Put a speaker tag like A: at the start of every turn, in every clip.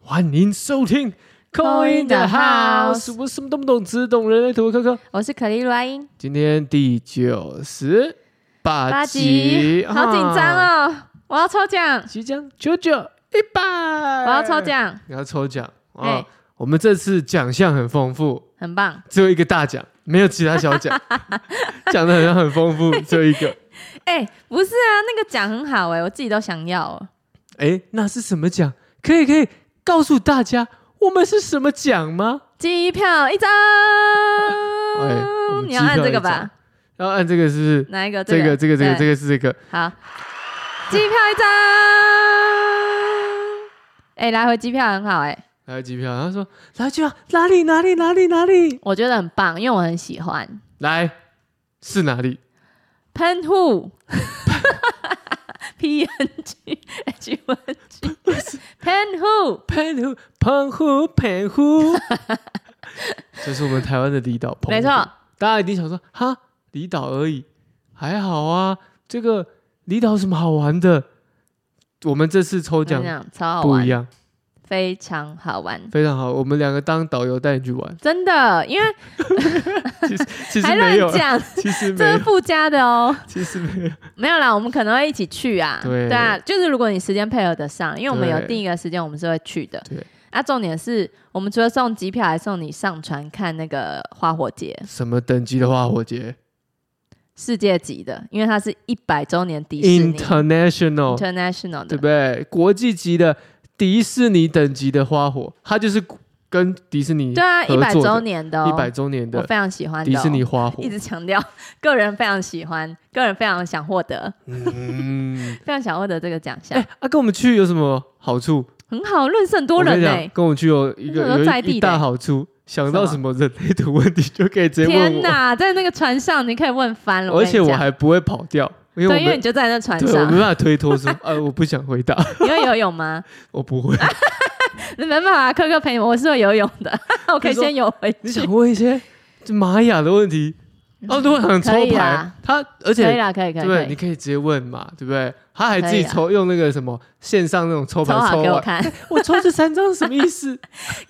A: 欢迎收听《Call in the House》，我什么都不懂，只懂人类图科科。
B: 我是可丽露阿英，
A: 今天第九十八
B: 八级，好紧张！
A: 啊
B: 哦！我要抽奖，
A: 即将九九一百，
B: 我
A: 我
B: 要抽，奖，
A: 你要抽奖啊
B: 哎！
A: 我们这次奖项很丰富，
B: 很棒！
A: 只有一个大奖，没有其他小 奖，讲的很很丰富，只有一个。
B: 哎，不是啊，那个奖很好哎，我自己都想要哦。
A: 哎，那是什么奖？可以可以告诉大家我们是什么奖吗？
B: 机票一张
A: 哎我，们
B: 你要按这个吧？
A: 要按啊这个是不是？
B: 哪一个？
A: 这个啊这个这个这
B: 个
A: 个是这个。
B: 好，机票一张。哎，来回机票很好哎，
A: 来机票，他说来机票哪里哪里哪里哪里
B: 我觉得很棒，因为我很喜欢
A: 来是哪里？
B: 喷雾。P N G H O N G，喷雾。
A: 澎湖澎湖澎湖， 这是我们台湾的离岛。澎湖
B: 没错，，
A: 大家一定想说哈离岛而已，还好啊。这个离岛有什么好玩的？我们这次抽
B: 我跟
A: 奖
B: 你讲超好
A: 不
B: 玩
A: 一，样，
B: 非常好玩，
A: 非常好。我们两个当导游带你去玩，
B: 真的，因为
A: 其实其实
B: 还
A: 没有
B: 乱
A: 啊，
B: 讲，
A: 其实没
B: 这
A: 有
B: 是，附加的哦，
A: 其实没有。
B: 没有啦，我们可能会一起去啊，
A: 对
B: 啊，就是如果你时间配合得上，因为我们有
A: 对
B: 定一个时间，我们是会去的，
A: 对。
B: 啊，重点是我们除了送机票，还送你上船看那个花火节，
A: 什么等级的花火节
B: 世界级的，因为它是一百周年迪士尼
A: ？International，
B: international
A: 对不
B: 的，
A: 对？国际级的迪士尼等级的花火，它就是跟迪士尼
B: 对啊，一
A: 合
B: 百
A: 作的
B: 周年的、哦，
A: 一百周年
B: 我
A: 的
B: 非常喜欢的
A: 迪
B: 哦、
A: 士尼花火
B: 一。直强调， 个人非常喜欢，个人非常想获得，
A: 嗯，
B: 非常想获得这个奖项。
A: 哎、啊，跟我们去有什么好处？
B: 很好，论胜多人欸
A: 我跟你
B: 呢、
A: 讲，跟我们去有一
B: 那
A: 个
B: 种都在
A: 有
B: 地的
A: 一大好处，想到什么人类图问题就可以直接问
B: 天
A: 我，
B: 哪，在那个船上你可以问翻了，
A: 而
B: 跟你
A: 且我
B: 讲
A: 还不会跑掉，因为我
B: 对，因为
A: 们
B: 你就在那船
A: 对我没办
B: 上，
A: 法推脱说， 呃，我不想回答，
B: 你会游泳吗？
A: 我不 会。
B: 没办法，科科陪你，我是会游泳的， 我可以
A: 你说
B: 先游回
A: 你
B: 去
A: 想。问一些就玛雅的问 题，哦，如果想抽
B: 可以
A: 牌
B: 啦，
A: 他而
B: 可以
A: 且
B: 啦，可以
A: 对
B: 可以
A: 不
B: 可
A: 对？你
B: 以，
A: 可以直接问嘛，对不对？他还
B: 可
A: 自
B: 以
A: 己
B: 啊
A: 抽用那个什么线上那种抽牌
B: 抽好
A: 抽
B: 给我
A: 完，
B: 看，
A: 我抽这三张什么意思？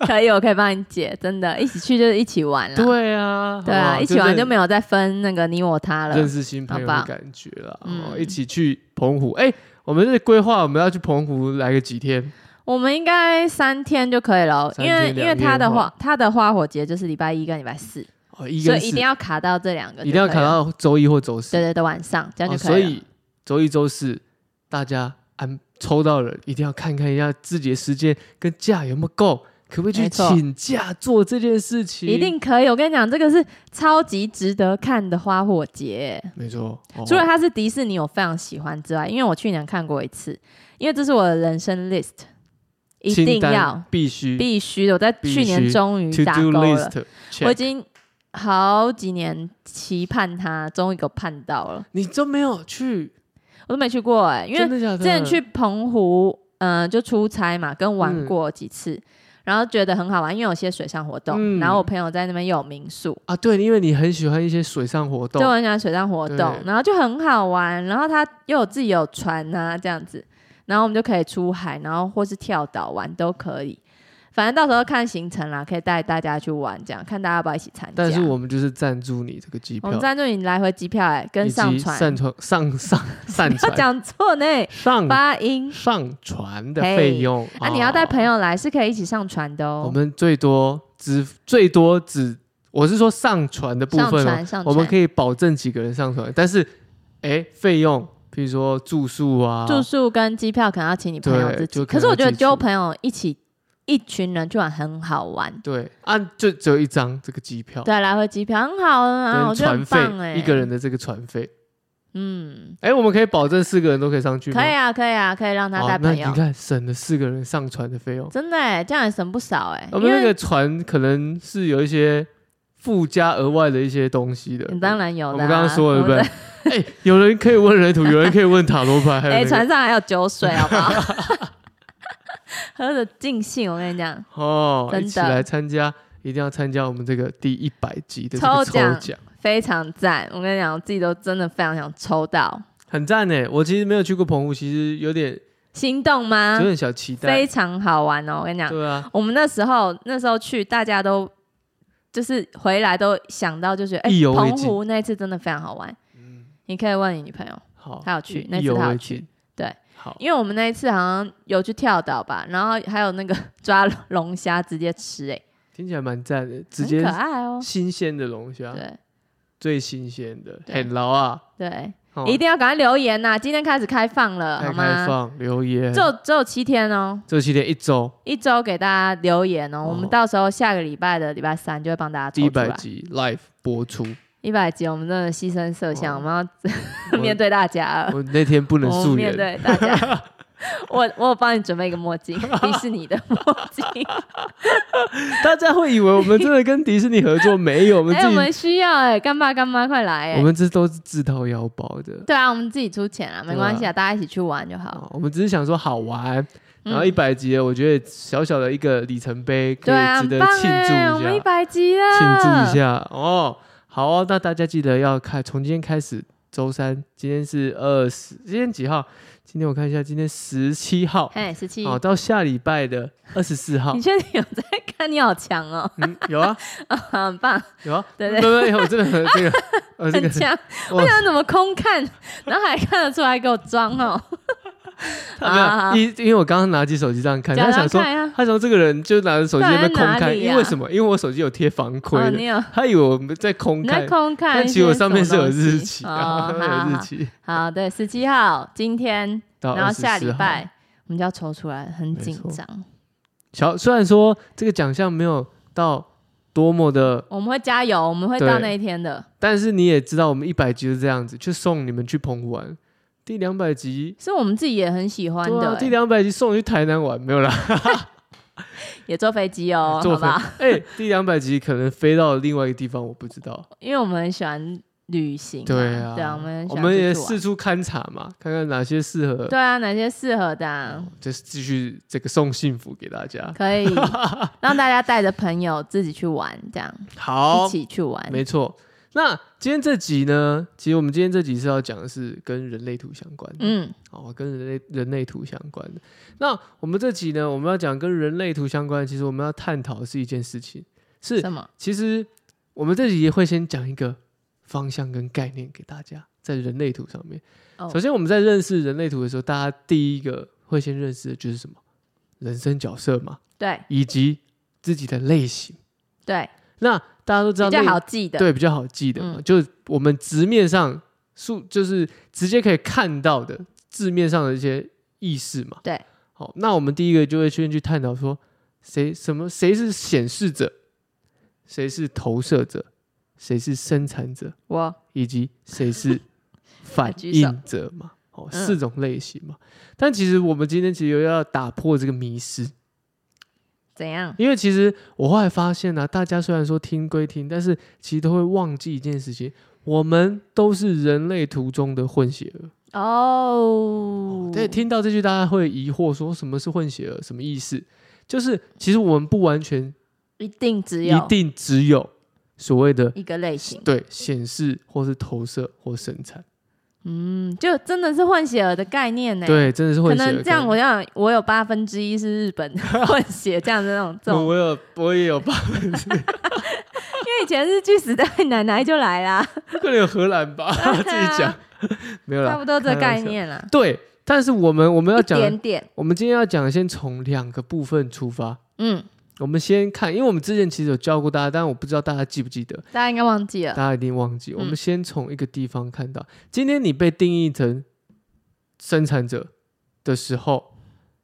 B: 可以，我可以帮你解，真的，一起去就是一起玩了，
A: 对啊，
B: 对啊，一起玩就没
A: 有
B: 有再分那个你我他了，
A: 认识新朋友
B: 好
A: 的
B: 吧
A: 感觉了。
B: 嗯
A: 哦，一起去澎湖，哎，我们是规划我们要去澎湖来个几天，
B: 我们应该三天就可以了，
A: 三
B: 因
A: 天
B: 为因为
A: 两夜
B: 他的
A: 的话
B: 花他的花火节就是礼拜一跟礼拜四，
A: 哦，一
B: 所
A: 跟
B: 以
A: 四
B: 一定要卡到这两个，
A: 一定要卡，到周一或周四
B: 对，对对，晚上这样
A: 哦
B: 就
A: 所
B: 可以了，
A: 以周一、周四大家安抽到了，一定要看看一下自己的时间跟假有没有够，可不可以去
B: 没错
A: 请假做这件事情？
B: 一定可以。我跟你讲，这个是超级值得看的花火节。
A: 没错。哦
B: 除了它是迪士尼，我非常喜欢之外，因为我去年看过一次，因为这是我的人生 list，一
A: 清
B: 定
A: 单
B: 要
A: 必须
B: 必须的。我在
A: 必须
B: 去年终于
A: to
B: 打
A: do
B: 勾了，
A: list
B: 我
A: check。
B: 已经好几年期盼它，终于给我盼到了。
A: 你都没有去，
B: 我都没去过哎、因为
A: 真的假的？
B: 之前去澎湖，嗯、就出差嘛，跟玩
A: 嗯
B: 过几次，然后觉得很好玩，因为有些水上活动，
A: 嗯
B: 然后我朋友在那边有民宿，
A: 啊，对，因为你很喜欢一些水上活动
B: 就，很喜欢水上活动
A: 对，
B: 然后就很好玩，然后他又有自己有船啊这样子，然后我们就可以出海，然后或是跳岛玩都可以。反正到时候看行程啦，可以带大家去玩，这样看大家要不要一起参加。
A: 但是我们就是赞助你这个机
B: 我
A: 票
B: 们，赞助你来回机票、欸，跟
A: 以
B: 上
A: 及
B: 船，
A: 上船上 上上
B: 不要
A: 船嗯
B: 讲错呢，
A: 上
B: 发音。
A: 上船的
B: 嘿
A: 费用
B: 啊，你要带
A: 哦
B: 朋友来是可以一起上船的哦。
A: 我们最多只最多只，我是说上传的部
B: 上
A: 分、哦，
B: 传上
A: 我们可
B: 以
A: 以保证几个人上传，但是哎，费用，比如说住宿啊，
B: 住宿跟机票可能要请你朋友
A: 对
B: 自己，
A: 就可能
B: 可是我
A: 要
B: 觉得
A: 自己
B: 揪
A: 出
B: 朋友一起一群人去玩很好玩，
A: 对啊，就只有一张这个机票，
B: 对，来回机票很好啊，我
A: 跟
B: 觉得
A: 船
B: 很
A: 费、
B: 棒哎，
A: 一个人的这个船费，
B: 嗯，
A: 哎，我们可以保证四个人都可以上去吗？
B: 可以啊，可以啊，可以让他
A: 哦
B: 带
A: 那
B: 朋
A: 你
B: 友，
A: 看省了四个人上船的费用，
B: 真的哎，这样也省不少哎，
A: 我
B: 因
A: 们那
B: 为
A: 个船可能是有一些附加额外的一些东西的，
B: 你当然有
A: 我
B: 的
A: 们
B: 啊，
A: 刚刚说了
B: 我
A: 对
B: 们的
A: 不 对？哎，有人可以问 人图，有人可以问塔罗牌，还有、那
B: 哎，
A: 个
B: 船上还有酒水，好不好？喝的尽兴，我跟你讲，
A: 哦，
B: 真
A: 一起
B: 的
A: 来参加，一定要参加我们这个第一百集的这个
B: 抽
A: 抽
B: 奖
A: 奖，
B: 非常赞。我跟你讲，我自己都真的非常想抽到，
A: 欸很赞呢。我其实没有去过澎湖，其实有点
B: 心动吗
A: 有？点小期待
B: 啊非。常好玩哦！我跟你讲，
A: 对啊，
B: 我们那时候那时候去，大家都就是回来都想到，就觉得哎
A: 意，犹未
B: 澎
A: 尽
B: 湖那一次真的非常好玩。你可以问你女朋友，
A: 好，
B: 他有去
A: 意
B: 那次
A: 意犹
B: 他有
A: 未
B: 去
A: 尽
B: 对，
A: 好，
B: 因为我们那一次好像有去跳岛吧，然后还有那个 抓龙虾直接吃、哎，
A: 听起来蛮赞的，直
B: 很
A: 接啊
B: 可爱哦。
A: 新鲜的龙虾，
B: 对
A: 最新鲜的，
B: 对
A: 很牢啊，
B: 对，
A: 好
B: 一定要赶快留言呐、今天开始开放了，
A: 开
B: 好
A: 开
B: 吗？
A: 放留言，
B: 只有只有七天哦，
A: 这期天一周
B: 一周给大家留言哦。
A: 哦
B: 我们到时候下个礼拜的礼拜三就会帮大家
A: 第一
B: 抽出
A: 百
B: 来。
A: 集 live 播出，
B: 一百集，我们真的牺牲设想，
A: 哦
B: 我们
A: 我
B: 要 面对大家了。
A: 我那天不能
B: 我
A: 素
B: 面
A: 颜，
B: 对大家， 我我有帮你准备一个墨镜，迪士尼的 墨镜。
A: 大家会以为我们真的跟迪士尼合作，没有，我们
B: 哎、
A: 自
B: 我
A: 己，
B: 们需要哎、干爸干妈快来哎、
A: 我们这都是自掏腰包的。
B: 对啊，我们自己出钱啊，没关系啊，大家一起去玩就好。
A: 哦我们只是想说好玩，然后一
B: 嗯
A: 百集了，我觉得小小的一个里程碑，可
B: 对啊，
A: 以值
B: 很
A: 得
B: 棒
A: 庆祝
B: 哎、我们
A: 一
B: 一
A: 下。
B: 百集了，
A: 庆祝一。下哦。好哦那大家记得要看，从今天开始，周三，今天是二十，今天几号？今天我看一下，今天十七号，
B: 哎，十七，
A: 好，到下礼拜的二十四号
B: 你。确定有在看？你好强哦，
A: 嗯，有啊，
B: 很棒，
A: 有啊，
B: 对
A: 不
B: 对
A: 不，我真的很这个， 呃， 这
B: 很
A: 个
B: 强。
A: 哇
B: 我想怎么空看，然后还看得出来给我装哦。
A: 他没有，啊因因为我刚刚拿起手机这样看，
B: 假
A: 他
B: 装
A: 想说，
B: 看啊
A: 他想这个人就拿着手机在那边空
B: 到底在哪
A: 看，
B: 里
A: 因
B: 啊
A: 为什么？因为我手机有贴防窥
B: 哦，
A: 的
B: 你，有
A: 他以为我们在空
B: 你在
A: 看，
B: 空看
A: 但
B: 一
A: 其
B: 些什么东西，
A: 实我上面是有日期的，
B: 哦，好
A: 有日
B: 好
A: 期
B: 好，对，十七号今天，
A: 到
B: 然后下
A: 24
B: 礼
A: 号
B: 拜我们就要抽出来了，很紧
A: 没
B: 张。
A: 小虽然说这个奖项没有到多么的，
B: 我们会加油，我们会
A: 对
B: 到那一天的。
A: 但是你也知道，我们一百集是这样子，就送你们去澎湖玩。第两百集，
B: 是我们自己也很喜欢
A: 对
B: 的
A: 啊，第
B: 欸，
A: 两百集送你去台南玩，没有啦，
B: 也坐飞机哦，
A: 坐
B: 好
A: 飞
B: 吧？。
A: 哎、第两百集可能飞到另外一个地方，我不知道。
B: 因为我们很喜欢旅行嘛，
A: 对啊，
B: 哦对啊，我们
A: 我
B: 很喜欢
A: 们也
B: 出去玩
A: 四处勘察嘛，看看哪些适合，
B: 对啊，哪些适合的啊，
A: 就是继续这个送幸福给大家。
B: 可以让大家带着朋友自己去玩，这样
A: 好
B: 一，起去玩。
A: 没错。那今天这集呢？其实我们今天这集是要讲的是跟人类图相关的。
B: 嗯，
A: 哦，跟人类人类图相关的。那我们这集呢，我们要讲跟人类图相关的，其实我们要探讨的是一件事情，是
B: 什么？
A: 其实我们这集也会先讲一个方向跟概念给大家，在人类图上面。
B: 哦
A: 首先我们在认识人类图的时候，大家第一个会先认识的就是什么？人生角色嘛，
B: 对
A: 以及自己的类型。
B: 对，
A: 那大家都知道
B: 比
A: 类
B: 较好记的。
A: 对，比较好记的嘛，
B: 嗯
A: 就是我们直面上数，就是直接可以看到的字面上的一些意识嘛。
B: 对，
A: 好，那我们第一个就会先去探讨说，谁什么谁是显示者，谁是投射者，谁是生产者，
B: 我
A: 以及谁 是反
B: 举手
A: 应者嘛。哦，
B: 嗯
A: 四种类型嘛。但其实我们今天其实要打破这个迷失，
B: 怎样？
A: 因为其实我后来发现呢、大家虽然说听归听，但是其实都会忘记一件事情，我们都是人类途中的混血儿。
B: 哦，
A: 对，听到这句大家会疑惑说什么是混血儿，什么意思？就是其实我们不完全
B: 一定只
A: 一
B: 有
A: 定只有所谓的
B: 一个类型。
A: 对显示或是投射或生产，
B: 嗯，就真的是混血儿的概念呢。，
A: 对，真的是
B: 可
A: 混血儿。
B: 能这样，我想我有八分之一是日本 混血，这样的那种 这
A: 可能
B: 种，
A: 我有我也有吧，
B: 因为以前日剧时代奶奶就来啦，
A: 可能有荷兰吧，自己讲 没有啦，
B: 啊差不多这
A: 啊开
B: 个
A: 玩
B: 概
A: 笑。
B: 念啦，
A: 对，但是我们我们要
B: 一
A: 讲的
B: 点点，
A: 我们今天要讲，先从两个部分出发。
B: 嗯，
A: 我们先看，因为我们之前其实有教过大家，但我不知道大家记不记得，
B: 大家应该忘记
A: 大
B: 了，
A: 家一定忘
B: 嗯
A: 记。我们先从一个地方看到，今天你被定义成生产者的时候，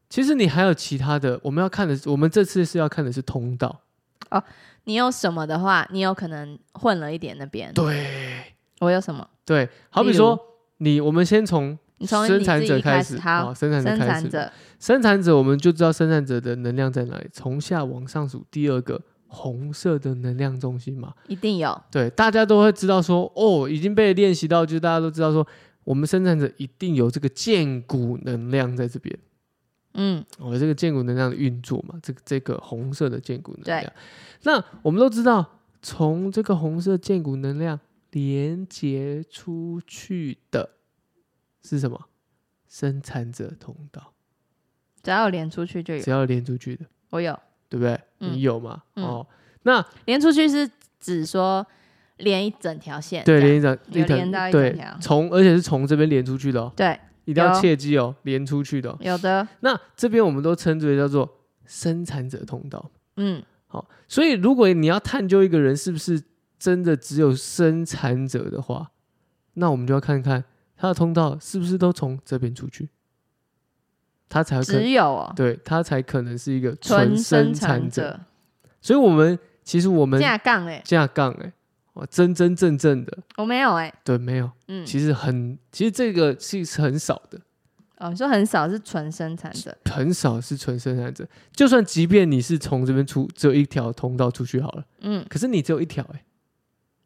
A: 其实你还有其他的。我们要看的是，我们这次是要看的是通道。
B: 你有什么的话，你有可能混了一点那边。
A: 对
B: 我有什么？
A: 对，好比
B: 例
A: 说你，我们先从
B: 你从
A: 生
B: 你
A: 产
B: 自
A: 者
B: 己
A: 开
B: 开
A: 始，哦
B: 好，
A: 生产者
B: 生
A: 开
B: 产
A: 始，
B: 者，
A: 生产者，我们就知道生产者的能量在哪里，从下往上数第二个红色的能量中心嘛。
B: 一定有，
A: 对，大家都会知道说，哦，已经被练习到，就是大家都知道说，我们生产者一定有这个建骨能量在这边，
B: 嗯，
A: 我、哦、有这个建骨能量的运作嘛，这个这个红色的建骨能量。那我们都知道，从这个红色建骨能量连接出去的是什么？生产者通道。
B: 只要有连出去就有，
A: 只要连出去的，
B: 我有
A: 对不对？
B: 嗯
A: 你有吗？
B: 嗯
A: 哦，那
B: 连出去是指说连一整条线
A: 对
B: 这样，
A: 连一张
B: 有
A: 条
B: 连到一整
A: 对
B: 条
A: 从而且是从这边连出去的哦，
B: 对
A: 一定要
B: 有
A: 切记哦，连出去的哦。
B: 有的，
A: 那这边我们都称之为叫做生产者通道。
B: 嗯，
A: 好，所以如果你要探究一个人是不是真的只有生产者的话，那我们就要看看他的通道是不是都从这边出去，他才可
B: 只有哦，
A: 对他才可能是一个
B: 纯
A: 生
B: 生产
A: 者。
B: 者
A: 所以我们其实我们
B: 架杠哎，
A: 架杠哎、哦，真真正正的
B: 我没有哎、
A: 对没有，
B: 嗯，
A: 其实很其实这个是是很少的。
B: 哦，你说很少是纯生产者，
A: 很少是纯生产者，就算即便你是从这边出，只有一条通道出去好了，
B: 嗯，
A: 可是你只有一条哎、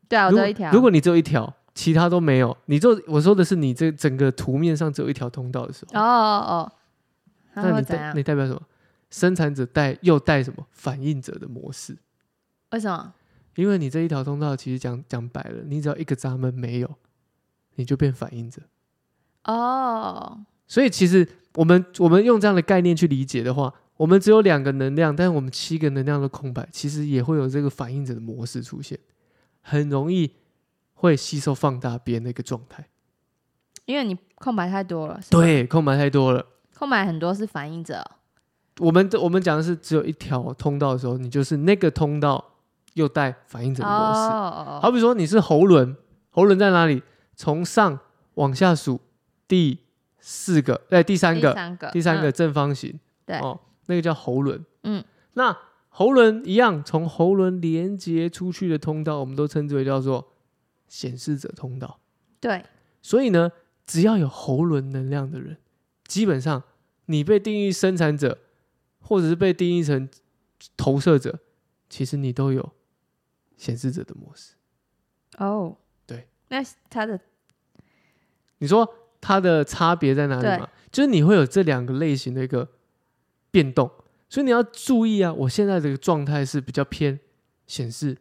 B: 对啊，我
A: 如
B: 只
A: 果
B: 有一条，
A: 如果你只有一条，其他都没有，你就我说的是你这整个图面上只有一条通道的时
B: 哦
A: 候，
B: 哦哦，那
A: 那
B: 会
A: 你
B: 怎
A: 代
B: 样？
A: 你代表什么？生产者带又带什么反应者的模式？
B: 为什么？
A: 因为你这一条通道其实讲讲白了，你只要一个闸门没有，你就变反应者。
B: 哦，
A: 所以其实我们我们用这样的概念去理解的话，我们只有两个能量，但是我们七个能量的空白，其实也会有这个反应者的模式出现，很容易会吸收放大别人的一个状态。
B: 因为你空白太多了，是吗，
A: 对，空白太多了。
B: 空白很多是反应者哦、
A: 我们我们讲的是只有一条通道的时候，你就是那个通道又带反应者的模式。
B: 哦，
A: 好比说你是喉轮，喉轮在哪里？从上往下数第四个，哎，第三个
B: 第，三个，
A: 第三个
B: 嗯
A: 正方形，
B: 对
A: 哦，那个叫喉轮，
B: 嗯，
A: 那喉轮一样，从喉轮连接出去的通道，我们都称之为叫做显示者通道。
B: 对，
A: 所以呢，只要有喉轮能量的人，基本上你被定义生产者，或者是被定义成投射者，其实你都有显示者的模式。
B: 哦，
A: 对，
B: 那他的
A: 你说它的差别在哪里嘛？就是你会有这两个类型的一个变动，所以你要注意啊。我现在这个状态是比较偏显示，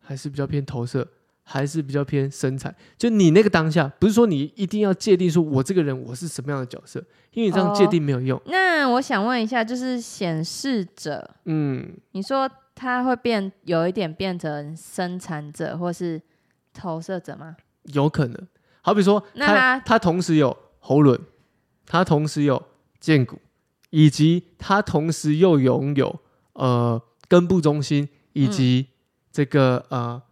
A: 还是比较偏投射，还是比较偏身材？就你那个当下，不是说你一定要界定说我这个人我是什么样的角色，因为你这样界定没有用。
B: 那我想问一下，就是显示者，
A: 嗯，
B: 你说他会变有一点变成生产者或是投射者吗？
A: 有可能。好比说，
B: 那
A: 他
B: 他
A: 他同时有喉轮，他同时有剑骨，以及他同时又拥有呃根部中心以
B: 嗯
A: 及这个、呃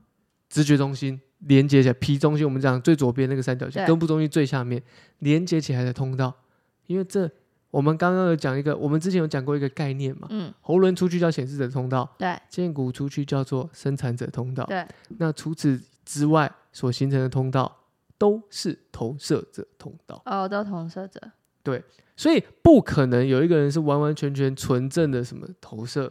A: 直觉中心连接起来，皮中心我们讲最左边那个三角形，
B: 对
A: 根部中心最下面连接起来的通道，因为这我们刚刚有讲一个，我们之前有讲过一个概念嘛，
B: 嗯，
A: 喉轮出去叫显示者通道，
B: 对
A: 剑骨出去叫做生产者通道。
B: 对，
A: 那除此之外所形成的通道都是投射者通道，
B: 哦，都投射者，
A: 所以不可能有一个人是完完全全纯正的什么投射、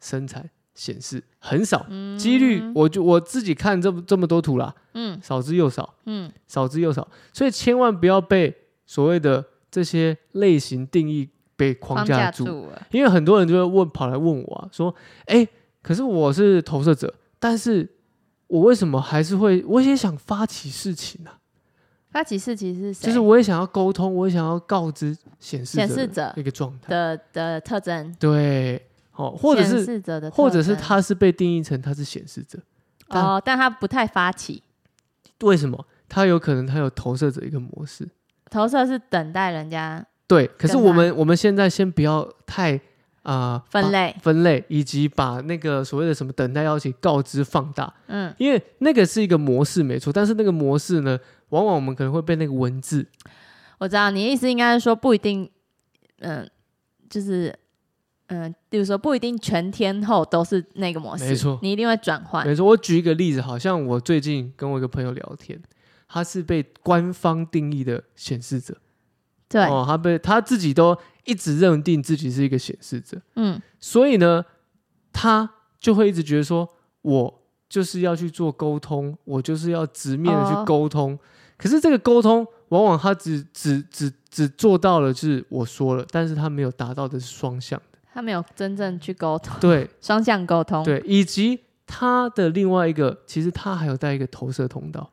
A: 生产、显示，很少
B: 嗯，
A: 几率。我就我自己看这么这么多图啦，
B: 嗯
A: 少之又少，
B: 嗯，
A: 少之又少。所以千万不要被所谓的这些类型定义被框
B: 框
A: 架
B: 架
A: 住，
B: 住了，
A: 因为很多人就会问，跑来问我啊，说，哎，可是我是投射者，但是我为什么还是会，我也想发起事情啊，
B: 发起事其实是谁
A: 就是我也想要沟通，我也想要告知显示
B: 显示者
A: 的一个状态，
B: 的的特征，
A: 对，哦，或者
B: 显
A: 是
B: 示者的特征，
A: 或者是他是被定义成他是显示者，但
B: 哦，但他不太发起，
A: 为什么？他有可能他有投射者一个模式，
B: 投射是等待人家
A: 对，可是
B: 跟
A: 我
B: 他
A: 们我们现在先不要太啊、把
B: 分类，
A: 分类，以及把那个所谓的什么等待邀请告知放大。
B: 嗯，
A: 因为那个是一个模式没错，但是那个模式呢，往往我们可能会被那个文字，
B: 我知道你意思应该是说不一定，嗯、就是。嗯，比如说不一定全天候都是那个模式，
A: 没错
B: 你一定会转换。
A: 没错。我举一个例子，好像我最近跟我一个朋友聊天，他是被官方定义的显示者，
B: 对，
A: 哦，他被他自己都一直认定自己是一个显示者，
B: 嗯，
A: 所以呢，他就会一直觉得说，我就是要去做沟通，我就是要直面的去
B: 哦
A: 沟通。可是这个沟通，往往他只只只只做到了是我说了，但是他没有达到的是双 向的，
B: 他没有真正去沟通，
A: 对
B: 双向沟通。
A: 对，以及他的另外一个，其实他还有带一个投射通道，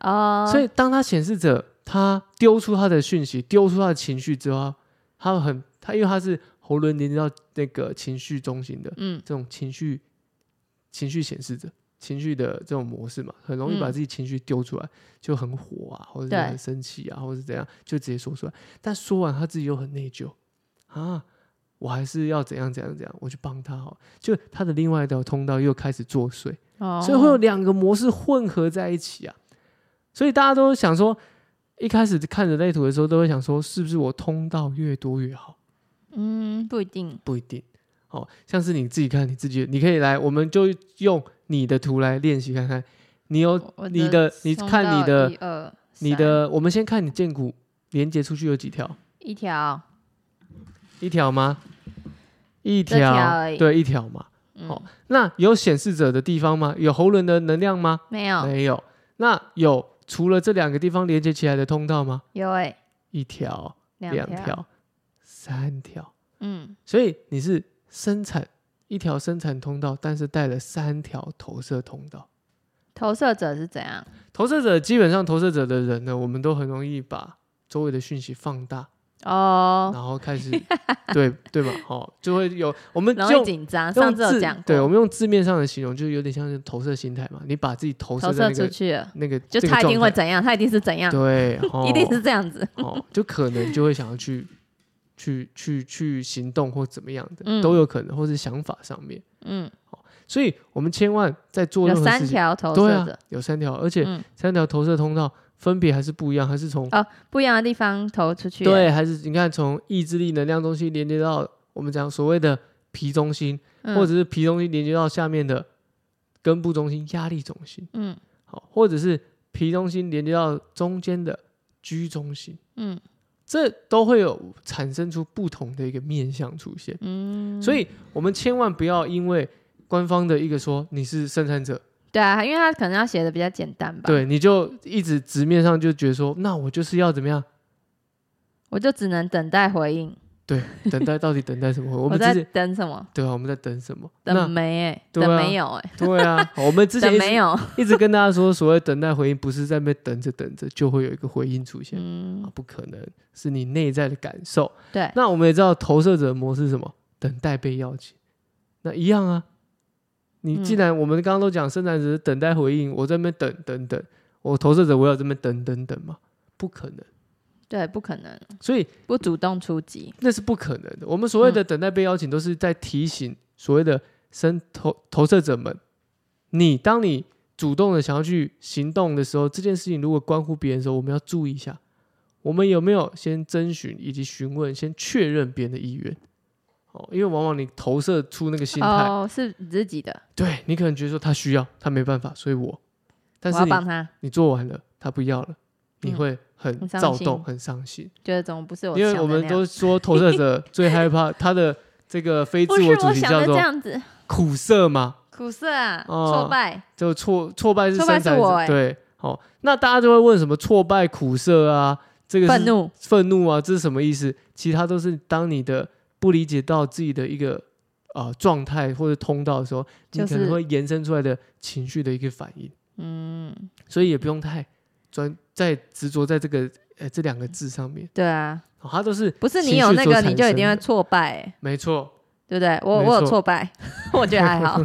B: 哦，
A: 所以当他显示者他丢出他的讯息，丢出他的情绪之后，他很他因为他是喉轮连接到那个情绪中心的
B: 嗯
A: 这种情绪情绪显示者。情绪的这种模式嘛，很容易把
B: 嗯
A: 自己情绪丢出来，就很火啊，或者是
B: 对
A: 很生气啊，或者是怎样，就直接说出来。但说完他自己又很内疚啊，我还是要怎样怎样怎样，我去帮他好了，就他的另外一条通道又开始作祟。
B: 哦，
A: 所以会有两个模式混合在一起啊。所以大家都想说，一开始看人类图的时候，都会想说，是不是我通道越多越好？
B: 嗯不一定，
A: 不一定。哦，像是你自己看你自己的，你可以来，我们就用你的图来练习看看。你有
B: 我我
A: 你的你
B: 冲
A: 看
B: 到
A: 你的
B: 一二
A: 你
B: 哦三
A: 的，我们先看你剑骨连接出去有几条？
B: 一条，
A: 一条吗？一
B: 这条
A: 条，
B: 而已
A: 对，一条嘛。
B: 嗯
A: 好那有显示者的地方吗？有喉轮的能量吗？
B: 没有
A: 没有。那有除了这两个地方连接起来的通道吗？
B: 有哎
A: 一条、
B: 两条，
A: 条、三条，
B: 嗯
A: 所以你是生产一条生产通道，但是带了三条投射通道。
B: 投射者是怎样？
A: 投射者基本上投射者的人呢，我们都很容易把周围的讯息放大，
B: 哦，
A: 然后开始 对对吧？哦，就会有我们
B: 容易
A: 就
B: 紧张，
A: 用
B: 上次有
A: 字
B: 讲过，
A: 对，我们用字面上的形容，就是有点像是投射心态嘛，你把自己投射
B: 投
A: 在
B: 射
A: 那
B: 出
A: 个
B: 去了，
A: 那个
B: 就
A: 这个
B: 他一定会
A: 状态
B: 怎样，他一定是怎样，
A: 对，
B: 一定
A: 哦
B: 是这样子，
A: 哦，就可能就会想要去去去去行动或怎么样的，
B: 嗯
A: 都有可能，或是想法上面。
B: 嗯，
A: 所以我们千万在哦做
B: 有
A: 任何
B: 三
A: 事情，
B: 条投
A: 对
B: 射
A: 啊
B: 者，，
A: 有三条，而且
B: 嗯，
A: 三条投射通道分别还是不一样，还是从、
B: 哦，不一样的地方投出去，，
A: 对，还是你看从意志力能量中心连接到我们讲所谓的皮中心，
B: 嗯
A: 或者是皮中心连接到下面的根部中心、压力中心，
B: 嗯
A: 好，或者是皮中心连接到中间的居中心。
B: 嗯
A: 这都会有产生出不同的一个面相出现，
B: 嗯，
A: 所以我们千万不要因为官方的一个说你是生产者，
B: 对啊，因为他可能要写的比较简单吧，，
A: 对，你就一直直面上就觉得说，那我就是要怎么样，
B: 我就只能等待回应，
A: 对，等待到底等待什么？我
B: 我
A: 们
B: 在
A: 之前
B: 等什么？
A: 对啊，我们在等什么？
B: 等
A: 那
B: 没哎，
A: 对
B: 等
A: 啊
B: 没有哎，
A: 对啊，我们之前
B: 等
A: 一
B: 没
A: 直
B: 有，
A: 一直跟大家说，所谓等待回应，不是在那边等着等着就会有一个回应出现啊
B: 嗯，，
A: 不可能，是你内在的感受。
B: 对，
A: 那我们也知道投射者的模式是什么，等待被邀请，那一样啊。你既
B: 嗯
A: 然我们刚刚都讲生产者是等待回应，我在那边等等等，我投射者我要这边等等等嘛，不可能，
B: 对，不可能
A: 所以
B: 不主动出击，
A: 那是不可能的。我们所谓的
B: 嗯
A: 等待被邀请，都是在提醒所谓的生投投射者们，你当你主动的想要去行动的时候，这件事情如果关乎别人的时候，我们要注意一下，我们有没有先征询以及询问，先确认别人的意愿。哦，因为往往你投射出那个心态，
B: 哦，是你自己的，
A: 对你可能觉得说他需要，他没办法，所以我，但
B: 我
A: 是
B: 要
A: 你
B: 帮他，
A: 你做完了，他不要了，你
B: 嗯
A: 会很
B: 很伤
A: 躁
B: 心
A: 动，很伤心。
B: 觉得怎么不是我
A: 因
B: 想的
A: 为
B: 那
A: 我
B: 样，
A: 们都说投射 者最害怕他的这个非
B: 不
A: 自
B: 是
A: 我
B: 我
A: 主题
B: 想
A: 叫
B: 的这
A: 做
B: 样子，
A: 苦涩嘛，
B: 苦涩啊，
A: 哦
B: 挫败，
A: 就挫挫败是
B: 挫
A: 生
B: 败
A: 产
B: 是我
A: 者
B: 欸
A: 对，好、那大家就会问什么挫败、苦涩啊，这个是
B: 愤怒，
A: 愤怒啊，这是什么意思？其他都是当你的不理解到自己的一个呃状态或者通道的时候，你
B: 就
A: 可能
B: 是
A: 会延伸出来的情绪的一个反应，
B: 嗯，
A: 所以也不用太专在执着在这个呃这两个字上面，
B: 对啊，
A: 好，它都是
B: 不是你
A: 情
B: 有
A: 绪
B: 那
A: 所
B: 个你
A: 产
B: 就一定
A: 生
B: 会
A: 的
B: 挫败、欸，
A: 没错。
B: 对不对？我
A: 没
B: 我有
A: 错
B: 挫败， 我觉得还 好，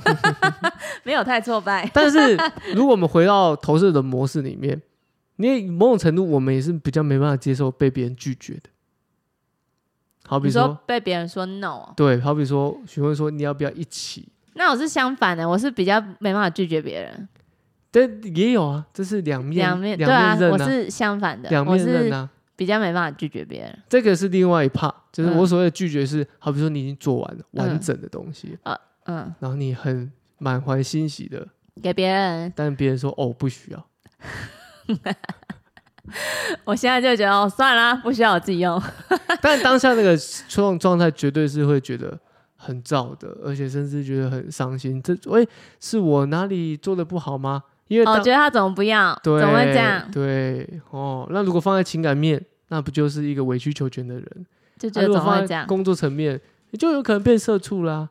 B: 没有太挫败，
A: 但是如果我们回到投射的模式里面，因为某种程度我们也是比较没办法接受被别人拒绝的。好比
B: 你
A: 说，
B: 说被别人说 no，哦
A: 对，好比说询问说你要不要一起，
B: 那我是相反的，我是比较没办法拒绝别人，
A: 但也有啊，这是两面
B: 两面对
A: 两面刃
B: 我
A: 啊，
B: 是相反的，
A: 两
B: 我
A: 面刃
B: 是
A: 啊。
B: 比较没办法拒绝别人，
A: 这个是另外一 part，就是
B: 嗯
A: 我所谓的拒绝是，好比说你已经做完了完
B: 嗯
A: 整的东西，
B: 嗯，
A: 然后你很满怀欣喜的，
B: 给别人，
A: 但别人说哦不需要，
B: 我现在就觉得哦，算了，不需要我自己用，
A: 但当下那个状状态绝对是会觉得很燥的，而且甚至觉得很伤心。这喂、是我哪里做的不好吗？因为
B: 哦
A: 当、
B: 我觉得他怎么不要，怎
A: 对
B: 么会这样，
A: 对哦，那如果放在情感面，那不就是一个委曲求全的人？
B: 就觉
A: 那
B: 得
A: 如果
B: 怎么
A: 放
B: 会这
A: 在
B: 样，
A: 工作层面，你就有可能变社畜啦。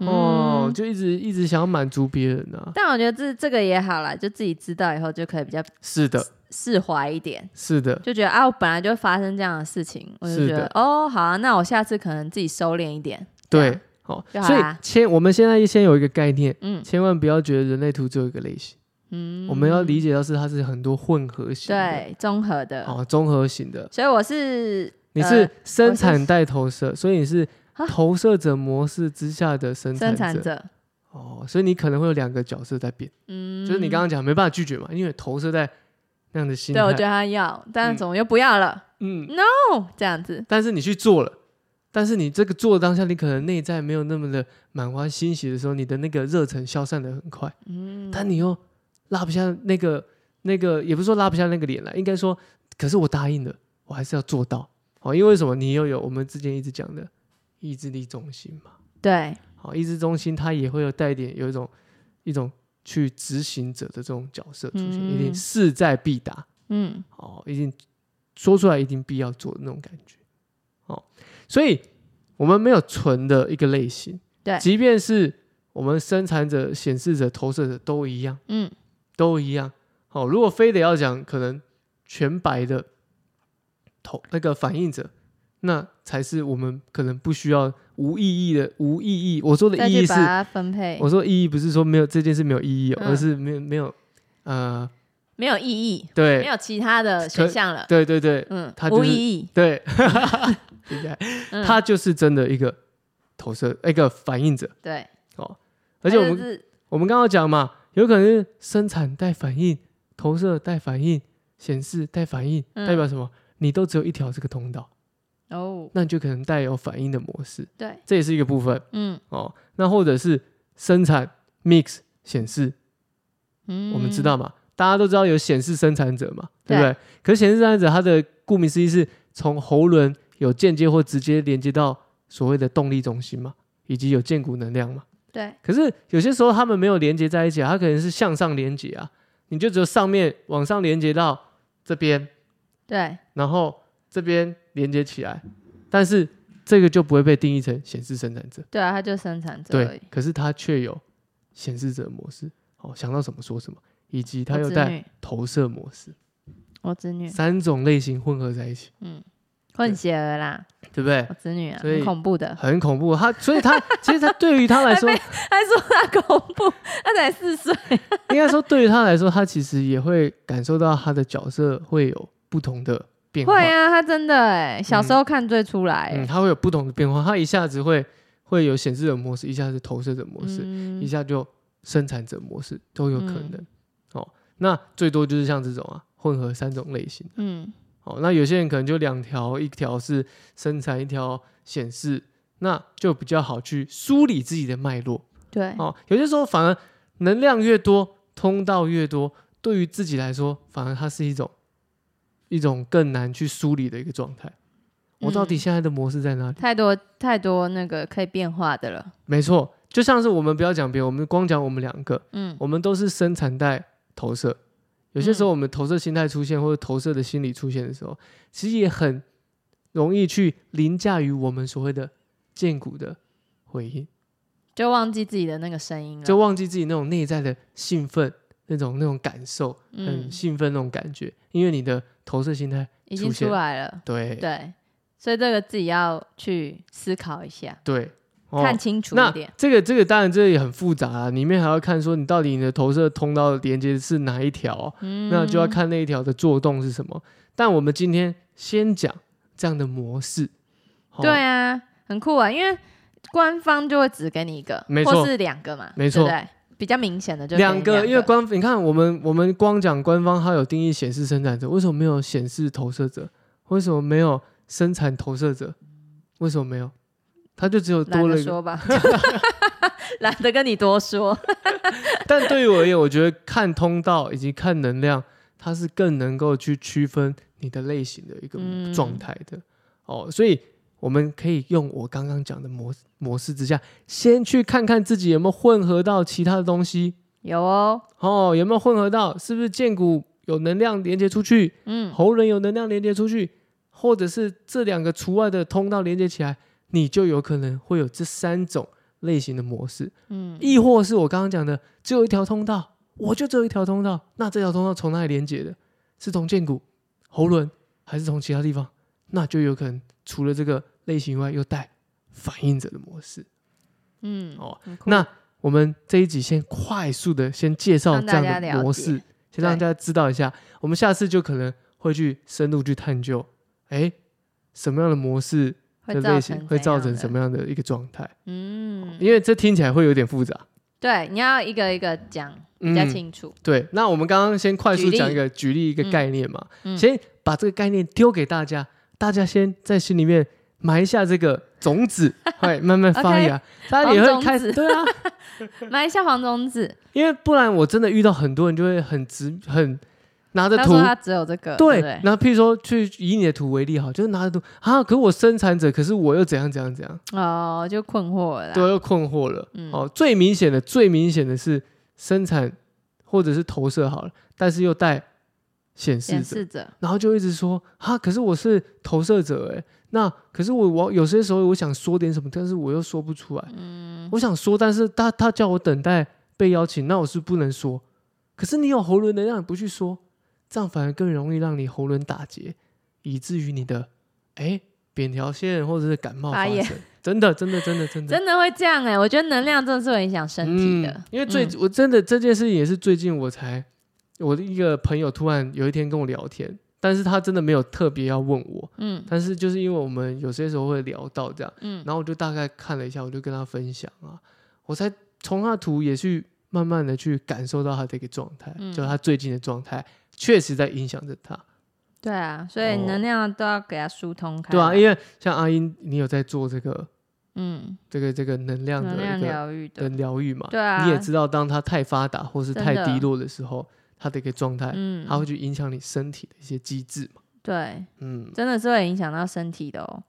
A: 哦，
B: 嗯
A: 就一直一直想要满足别人啊。
B: 但我觉得这这个也好啦，就自己知道以后就可以比较
A: 是的，
B: 释怀一点，
A: 是的，
B: 就觉得啊，我本来就发生这样的事情，我就是觉得
A: 的
B: 哦，好啊，那我下次可能自己收敛一点。这样
A: 对，，好
B: 啊就，好
A: 所以
B: 啦
A: 先我们现在先有一个概念，
B: 嗯
A: 千万不要觉得人类图只有一个类型，
B: 嗯，
A: 我们要理解到是它是很多混合型的，
B: 对综合的，
A: 哦，综合型的。
B: 所以我是
A: 你
B: 呃
A: 是生
B: 我是
A: 产带投射，所以你是
B: 啊
A: 投射者模式之下的生
B: 生
A: 产
B: 产
A: 者
B: 者，
A: 哦，所以你可能会有两个角色在变，
B: 嗯，
A: 就是你刚刚讲没办法拒绝嘛，因为投射在那样的心态，
B: 对我觉得他要，但
A: 嗯
B: 是怎么又不要了？
A: 嗯，
B: 哦，这样子，
A: 但是你去做了，但是你这个做的当下，你可能内在没有那么的满怀欣喜的时候，你的那个热忱消散的很快，
B: 嗯，
A: 但你又拉不下那个那个，也不是说拉不下那个脸来，应该说，可是我答应了，我还是要做到哦，因为什么？你又有我们之前一直讲的意志力中心嘛，
B: 对，
A: 好，意志中心它也会有带一点有一种一种去执行者的这种角色出现，一定
B: 嗯
A: 势在必达，
B: 嗯
A: 哦，一定说出来一定必要做的那种感觉，哦，所以我们没有纯的一个类型，
B: 对
A: 即便是我们生产者、显示者、投射者都一样，
B: 嗯，
A: 都一样。哦，如果非得要讲可能全白的投那个反应者，那才是我们可能不需要无意义的无意义。我说的
B: 再
A: 意义
B: 去
A: 是
B: 把，它分配，
A: 我说意义不是说没有这件事没有意义、哦，
B: 嗯
A: 而是没有没有呃，
B: 没有意义，没
A: 对
B: 有其他的选项了，
A: 对对对
B: 嗯
A: 它，就
B: 无
A: 是
B: 意义，
A: 对， 厉害。
B: 嗯
A: 他就是真的一个投射，一个反应者
B: 对，
A: 哦。而且我
B: 它就
A: 们
B: 是
A: 我们刚刚讲嘛，有可能是生产带反应，投射带反应，显示带反应，
B: 嗯
A: 代表什么？你都只有一条这个通道，
B: 哦，
A: 那你就可能带有反应的模式，
B: 对，
A: 这也是一个部分
B: 嗯
A: 哦。那或者是生产 mix 显示，
B: 嗯，
A: 我们知道嘛，大家都知道有显示生产者嘛，对不
B: 对
A: 对？可是显示生产者，它的顾名思义是从喉轮有间接或直接连接到所谓的动力中心嘛，以及有荐骨能量嘛。
B: 对，
A: 可是有些时候它们没有连接在一起啊，它可能是向上连接啊，你就只有上面往上连接到这边，
B: 对，
A: 然后这边连接起来，但是这个就不会被定义成显示生产者。
B: 对啊，它就生产者而
A: 对
B: 已，，
A: 可是它却有显示者模式，哦，想到什么说什么，以及它
B: 我嗯
A: 又
B: 子
A: 带
B: 女
A: 投射模式。
B: 我子女
A: 三种类型混合在一起，
B: 混血儿啦，
A: 对不对
B: 我？子女啊，
A: 所以
B: 很恐 怖的，
A: 很恐怖，他所以他其实他对于他来说，
B: 还说他恐怖，他才四岁，
A: 应该说对于他来说，他其实也会感受到他的角色会有不同的变化，
B: 会啊，他真的哎，小时候看最出来
A: 嗯，
B: 欸，
A: 他会有不同的变化，他一下子会会有显示者模式，一下子投射者模式，
B: 嗯
A: 一下就生产者模式都有可能、哦。那最多就是像这种啊，混合三种类型
B: 嗯，
A: 哦。那有些人可能就两条，一条是生产，一条显示，那就比较好去梳理自己的脉络。
B: 对，
A: 哦，有些时候反而能量越多，通道越多，对于自己来说，反而它是一种一种更难去梳理的一个状态。我到底
B: 嗯
A: 现在的模式在哪里？
B: 太多太多那个可以变化的了，
A: 没错，就像是我们不要讲别人，我们光讲我们两个，
B: 嗯
A: 我们都是生产带投射。有些时候我们投射心态出现，或者投射的心理出现的时候，其实也很容易去凌驾于我们所谓的见骨的回应。
B: 就忘记自己的那个声音了，
A: 就忘记自己那种内在的兴奋，那种那种感受，
B: 嗯
A: 很兴奋那种感觉，因为你的投射心态，
B: 已经
A: 出现
B: 出来了，
A: 对
B: 对，所以这个自己要去思考一下，
A: 对，哦
B: 看清楚一
A: 那
B: 点，
A: 这个这个当然这也很复杂啊，里面还要看说你到底你的投射通道连接是哪一条哦、
B: 嗯
A: 那就要看那一条的作动是什么。但我们今天先讲这样的模式，哦
B: 对，啊，很酷啊，因为官方就会只给你一个，
A: 没错
B: 或是两个嘛，
A: 没错
B: 对不对，比较明显的就给你
A: 两
B: 两
A: 个，因为官你看我们我们光讲官方它有定义显示生产者，为什么没有显示投射者？为什么没有生产投射者？为什么没有？它就只有
B: 懒
A: 多了
B: 得
A: 一个。
B: 说吧， 懒得跟你多说，
A: 但对于我而言，我觉得看通道以及看能量，它是更能够去区分你的类型的一个
B: 嗯
A: 状态的、哦。所以我们可以用我刚刚讲的模模式之下，先去看看自己有没有混合到其他的东西
B: 有哦，
A: 哦，有没有混合到，是不是剑骨有能量连接出去？
B: 嗯，
A: 喉轮有能量连接出去，或者是这两个除外的通道连接起来，你就有可能会有这三种类型的模式，
B: 嗯，
A: 亦或是我刚刚讲的只有一条通道，我就只有一条通道，那这条通道从哪里连接的？是从剑骨、喉轮，还是从其他地方？那就有可能除了这个类型以外，又带反应者的模式。
B: 嗯，
A: 哦
B: 很酷，
A: 那我们这一集先快速的先介绍
B: 让
A: 这
B: 大
A: 样
B: 家
A: 的
B: 了
A: 模
B: 解
A: 式，先让
B: 对
A: 大家知道一下。我们下次就可能会去深入去探究，哎，什么样的模式
B: 会
A: 的
B: 造
A: 类
B: 成
A: 型会造
B: 怎
A: 成
B: 样的
A: 什么？样的一个状态？
B: 嗯，
A: 因为这听起来会有点复杂。嗯
B: 对，你要一个一个讲嗯比较清楚。
A: 对，那我们刚刚先快
B: 举
A: 速
B: 例
A: 讲一个举例一个
B: 嗯
A: 概念嘛，
B: 嗯
A: 先把这个概念丢给大家，大家先在心里面埋下这个种 子，会慢慢
B: OK，
A: 发芽，大家也
B: 黄
A: 会
B: 种
A: 开始
B: 子
A: 对啊，
B: 埋下黄种子，
A: 因为不然我真的遇到很多人就会很直很拿着
B: 他
A: 图
B: 说。他只有这个，
A: 对
B: 对不对，
A: 然后譬如说，去以你的图为例好，就是拿着图啊，可我生产者，可是我又怎样怎样怎样，
B: 哦，就困惑了啦。
A: 对，又困惑了。
B: 嗯
A: 哦，最明显的，最明显的是生产或者是投射好了，但是又带显示
B: 显
A: 者，
B: 示者，
A: 然后就一直说哈，可是我是投射者哎，那可是我我有些时候我想说点什么，但是我又说不出来。
B: 嗯，
A: 我想说，但是他他叫我等待被邀请，那我是不能说。可是你有喉轮能量，你不去说，这样反而更容易让你喉轮打结，以至于你的哎扁条线或者是感冒
B: 发
A: 发
B: 炎
A: 生。真的，真的，真的，真的，
B: 真的会这样哎、我觉得能量真的是会影响身体的
A: 嗯，。因为最、
B: 嗯
A: 我真的这件事情也是最近我才，我的一个朋友突然有一天跟我聊天，但是他真的没有特别要问我，
B: 嗯
A: 但是就是因为我们有些时候会聊到这样，
B: 嗯
A: 然后我就大概看了一下，我就跟他分享啊，我才从他的图也去慢慢的去感受到他的一个状态，
B: 嗯
A: 就他最近的状态确实在影响着他，
B: 对啊，所以
A: 哦
B: 能量都要给它疏通开来。
A: 对啊，因为像阿英，你有在做这个
B: 嗯，
A: 这个这个能量的
B: 能量
A: 一个
B: 疗愈
A: 的
B: 的，
A: 疗愈嘛，
B: 对啊，
A: 你也知道，当它太发达或是
B: 真
A: 太
B: 的
A: 低落的时候，它的一个状态，
B: 嗯，
A: 它会去影响你身体的一些机制嘛，
B: 对，
A: 嗯
B: 真的是会影响到身体的哦。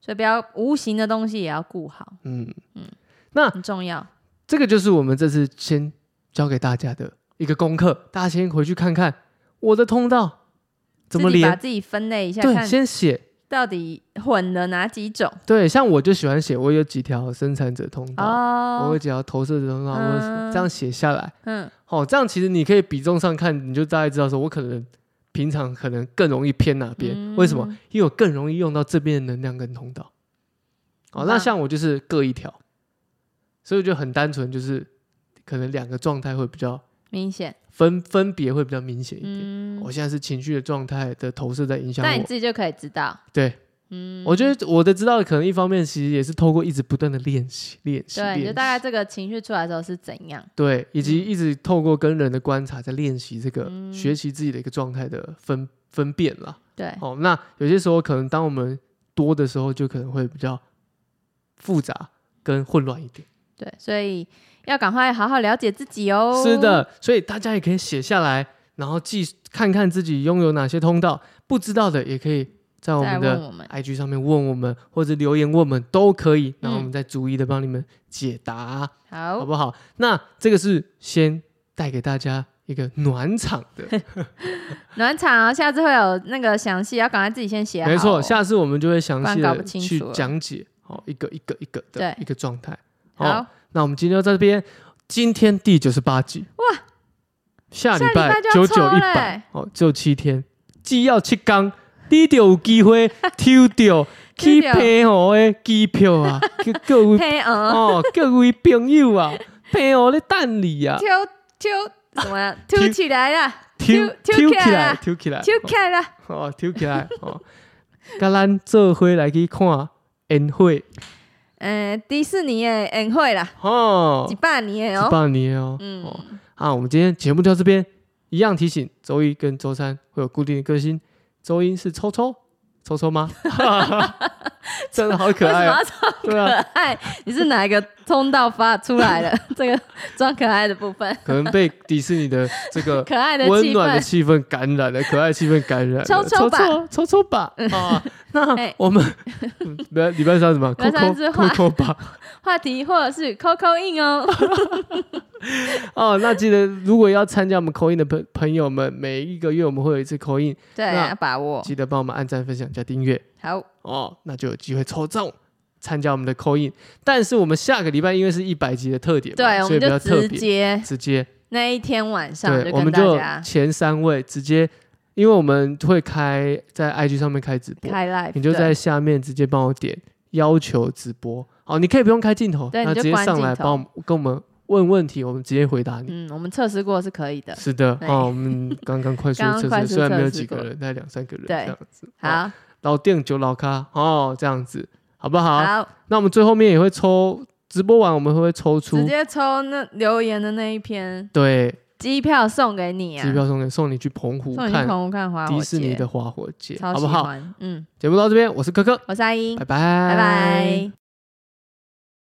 B: 所以不要无形的东西也要顾好，
A: 嗯
B: 嗯
A: 那
B: 很重要。
A: 这个就是我们这次先教给大家的一个功课，大家先回去看看我的通道怎么
B: 自己把
A: 连。
B: 自己分类一下，
A: 对，
B: 看
A: 先写。
B: 到底混了哪几种
A: 对，像我就喜欢写，我有几条生产者通道，我有
B: 哦。
A: 几条投射者通道，我有什么
B: 嗯
A: 这样写下来。
B: 嗯，
A: 哦，这样其实你可以比重上看，你就大概知道说，我可能平常可能更容易偏哪边，为什么？
B: 嗯？
A: 因为我更容易用到这边的能量跟通道。哦，
B: 很
A: 那
B: 棒
A: 像我就是各一条，所以我就很单纯，就是可能两个状态会比较
B: 明显，
A: 分分别会比较明显一点。
B: 嗯，
A: 我现在是情绪的状态的投射在影响
B: 那你
A: 我，
B: 自己就可以知道，
A: 对。
B: 嗯，
A: 我觉得我的知道可能一方面其实也是透过一直不断的练习、练 习、
B: 对，你就
A: 练
B: 大概
A: 习，
B: 这个情绪出来的时候是怎样，
A: 对，以及一直透过跟人的观察在练习这个、
B: 嗯
A: 学习自己的一个状态的分分辨啦。
B: 对，
A: 哦，那有些时候可能当我们多的时候，就可能会比较复杂跟混乱一点。
B: 对，所以要赶快好好了解自己哦。
A: 是，的，所以大家也可以写下来，然后记看看自己拥有哪些通道，不知道的也可以在我
B: 再
A: 们
B: 问
A: 的
B: 我们，
A: IG 上面问我们，或者留言问我们都可以，然后我
B: 嗯哦
A: 们再逐一的帮你们解答，好
B: 好，
A: 不好？那这个是先带给大家一个暖场的，
B: 暖场哦，下次会有那个详细，要赶快自己先写好哦。
A: 没错，下次我们就会详
B: 不然
A: 细
B: 搞
A: 的
B: 不清
A: 去
B: 楚了
A: 讲解，好、一个一个一个的
B: 对
A: 一个状态。哦
B: 好，
A: 那我们今天就在这边，今天第九十八集哇，下礼拜
B: 下礼拜就
A: 九
B: 要
A: 九
B: 抽
A: 一
B: 了
A: 百
B: 欸
A: 哦，只有七天，既要七天，你就有机 会抽到去
B: 抽到
A: 澎湖的机票 啊，各各位
B: 配嗯，
A: 哦，各位朋友啊，澎湖咧等你啊，
B: 抽抽什 么呀？抽
A: 抽
B: 起 来了，
A: 抽
B: 抽
A: 抽起
B: 起来
A: 来，
B: 啊
A: 抽起来，
B: 抽起来了，
A: 哦，抽起来哦，甲咱做伙来去看烟火
B: 嗯，迪士尼的宴会啦，
A: 哦
B: 一，百年的
A: 一
B: 哦，
A: 八年哦，哦。
B: 嗯，
A: 啊，我们今天节目就到这边，一样提醒，周一跟周三会有固定的更新。周一是抽抽，抽抽吗？ 真的好可
B: 为什
A: 爱、
B: 么
A: 啊
B: 要，装
A: 对
B: 可
A: 啊，
B: 爱？你是哪一个通道发出 来的这个装可爱的部分？
A: 可能被迪士尼的这个
B: 可爱的
A: 呃温
B: 气
A: 暖的
B: 氛，
A: 气氛感染了，可爱气氛感染了，
B: 抽
A: 抽
B: 抽吧嗯
A: 抽抽抽吧啊！那
B: 哎
A: 我 们嗯礼拜礼拜三什么？
B: 礼拜三是画
A: Coco 吧。
B: 话题或者是 Coco in 哦，
A: 哦，那记得如果要参加我们口音的朋朋友们，每一个月我们会有一次口音，
B: 对，
A: 那
B: 要把握
A: 记得帮我们按赞、分享加订阅。
B: 好，
A: 哦，那就有机会抽中参加我们的扣印。但是我们下个礼拜因为是一百集的特点嘛，
B: 对，我
A: 所以
B: 们
A: 比较
B: 就
A: 特
B: 直
A: 别
B: 接
A: 直接，
B: 那一天晚上
A: 对，
B: 就
A: 我
B: 跟
A: 们
B: 大
A: 就
B: 家
A: 前三位直接，因为我们会开在 IG 上面开直播，
B: 开 live，
A: 你就
B: 对
A: 在下面直接帮我点要求直播。好，你可以不用开镜头，
B: 对
A: 那
B: 你
A: 直
B: 就
A: 接
B: 关
A: 上
B: 镜
A: 来
B: 头
A: 帮我们跟我们问问题，我们直接回答你。
B: 嗯，我们测试过是可以的。
A: 是的，
B: 对
A: 哦，我们刚刚快速
B: 刚刚
A: 测
B: 快
A: 试，
B: 速
A: 虽然没有
B: 测试
A: 几个
B: 过
A: 人，大概两三个人这
B: 对
A: 样子。哦，
B: 好，
A: 老店酒老咖哦，这样子好不好？
B: 好，
A: 那我们最后面也会抽，直播完我们会抽
B: 直
A: 出
B: 接抽那留言的那一篇
A: 对
B: 机票送给你啊，
A: 机票送给送你去澎湖
B: 送你
A: 看
B: 去澎湖看花火节，
A: 迪士尼的花火节，
B: 超
A: 好
B: 喜
A: 不好？
B: 欢。嗯，
A: 节目到这边，我是柯柯，
B: 我是阿英，
A: 拜拜，
B: 拜
A: 拜
B: 拜。